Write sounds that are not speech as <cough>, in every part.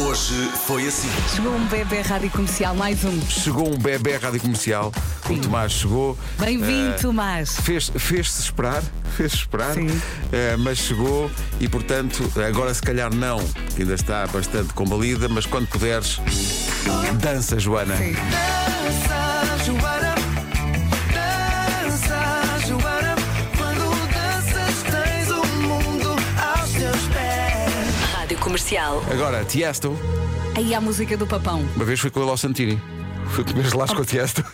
Hoje foi assim. Chegou um bebê rádio comercial, mais um. Chegou um bebê à rádio comercial. O Tomás chegou. Bem-vindo, eh, Tomás. Fez- Fez-se esperar, fez-se esperar, Sim. eh, mas chegou e, portanto, agora se calhar não, que ainda está bastante combalida, mas quando puderes, dança, Joana. Sim. Dança, Joana. Dança, Joana. Quando danças, tens o mundo aos teus pés. Rádio Comercial. Agora, Tiesto, Aí há a música do papão. uma vez fui com ele ao Santini. Fui comer gelados com o Tiesto.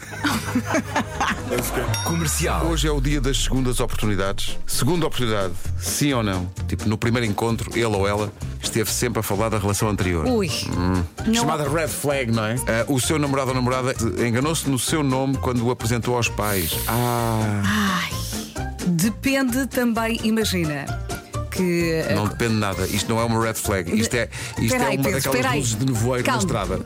Comercial. Hoje é o dia das segundas oportunidades. Segunda oportunidade, sim ou não? Tipo, no primeiro encontro, ele ou ela esteve sempre a falar da relação anterior. Ui. Não- Chamada Red Flag, não é? Ah, o seu namorado ou namorada enganou-se no seu nome quando o apresentou aos pais. Ah, Depende também, imagina, que. eh, não depende de nada. Isto não é uma red flag. Isto é, isto Espera é aí, uma Pedro, espera daquelas aí. luzes de nevoeiro na Calma. estrada.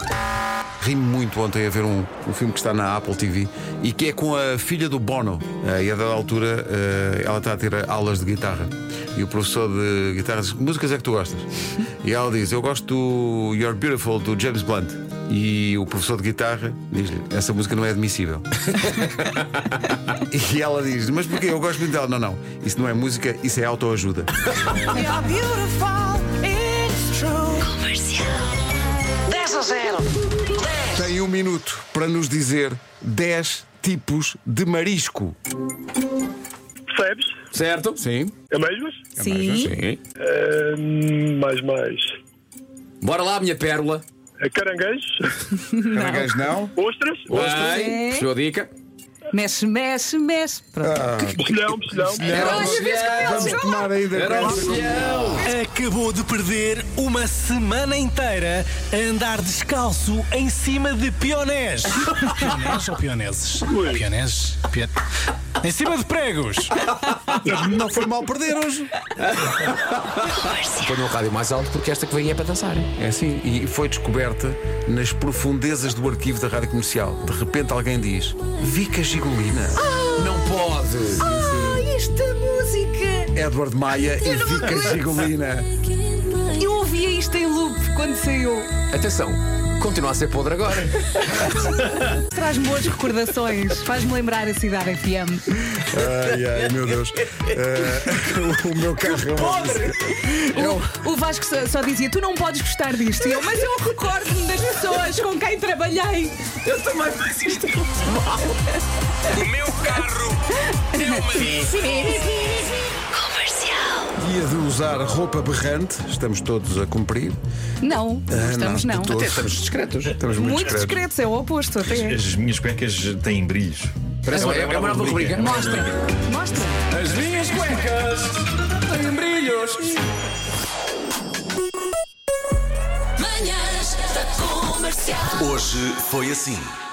Rimo muito ontem a ver um, um filme que está na Apple TV e que é com a filha do Bono. Ah, e a dada altura ah, ela está a ter aulas de guitarra. E o professor de guitarra diz: "Que músicas é que tu gostas? E ela diz: Eu gosto do You're Beautiful do James Blunt. E o professor de guitarra diz-lhe: Essa música não é <laughs> admissível. e ela diz: Mas porquê? Eu gosto muito dela. Não, não. Isso não é música, isso é autoajuda. We are beautiful, it's true. Tem um minuto para nos dizer 10 tipos de marisco. Percebes? Certo? Sim. É mesmo? assim. Sim. Ahn, mais, mais. Bora lá, minha pérola. É Caranguejos? Caranguejos não? Ostras? Bem, percebeu a dica? Mexe, mexe, mexe. Pronto. Mexilhão, mexilhão. Era o Vamos oceano! tomar ainda Era o conta. oceano! Acabou de perder uma semana inteira a andar descalço em cima de pionés. pionés ou pioneses? Ui. Pioneses? Pio- Em cima de pregos. Não foi mal perder hoje. Põe o rádio mais alto porque esta que vem é para dançar. É assim, e foi descoberta nas profundezas do arquivo da rádio comercial. De repente alguém diz: Vica Gigolina. Não pode! Esta música! Edward Maia e não me Vica aguento. Gigolina. Eu ouvia isto em loop quando saiu. Atenção, continua a ser podre agora. Traz-me boas recordações. Faz-me lembrar a cidade FM. Ai, ai, meu <laughs> Deus. Ah, o meu carro é uma O, o Vasco só, só dizia: Tu não podes gostar disto. E eu, mas eu recordo-me das pessoas com quem trabalhei. Eu também faço isto. dia de usar roupa berrante. Estamos todos a cumprir. Não, não estamos não. de todos. estamos discretos. Estamos Ah, muito, Muito discretos, é o oposto até. As minhas cuecas têm brilhos. Parece uma, é, é uma nova rubrica. Mostra, mostra. As minhas cuecas têm brilhos. Manhãs da Comercial. Hoje foi assim.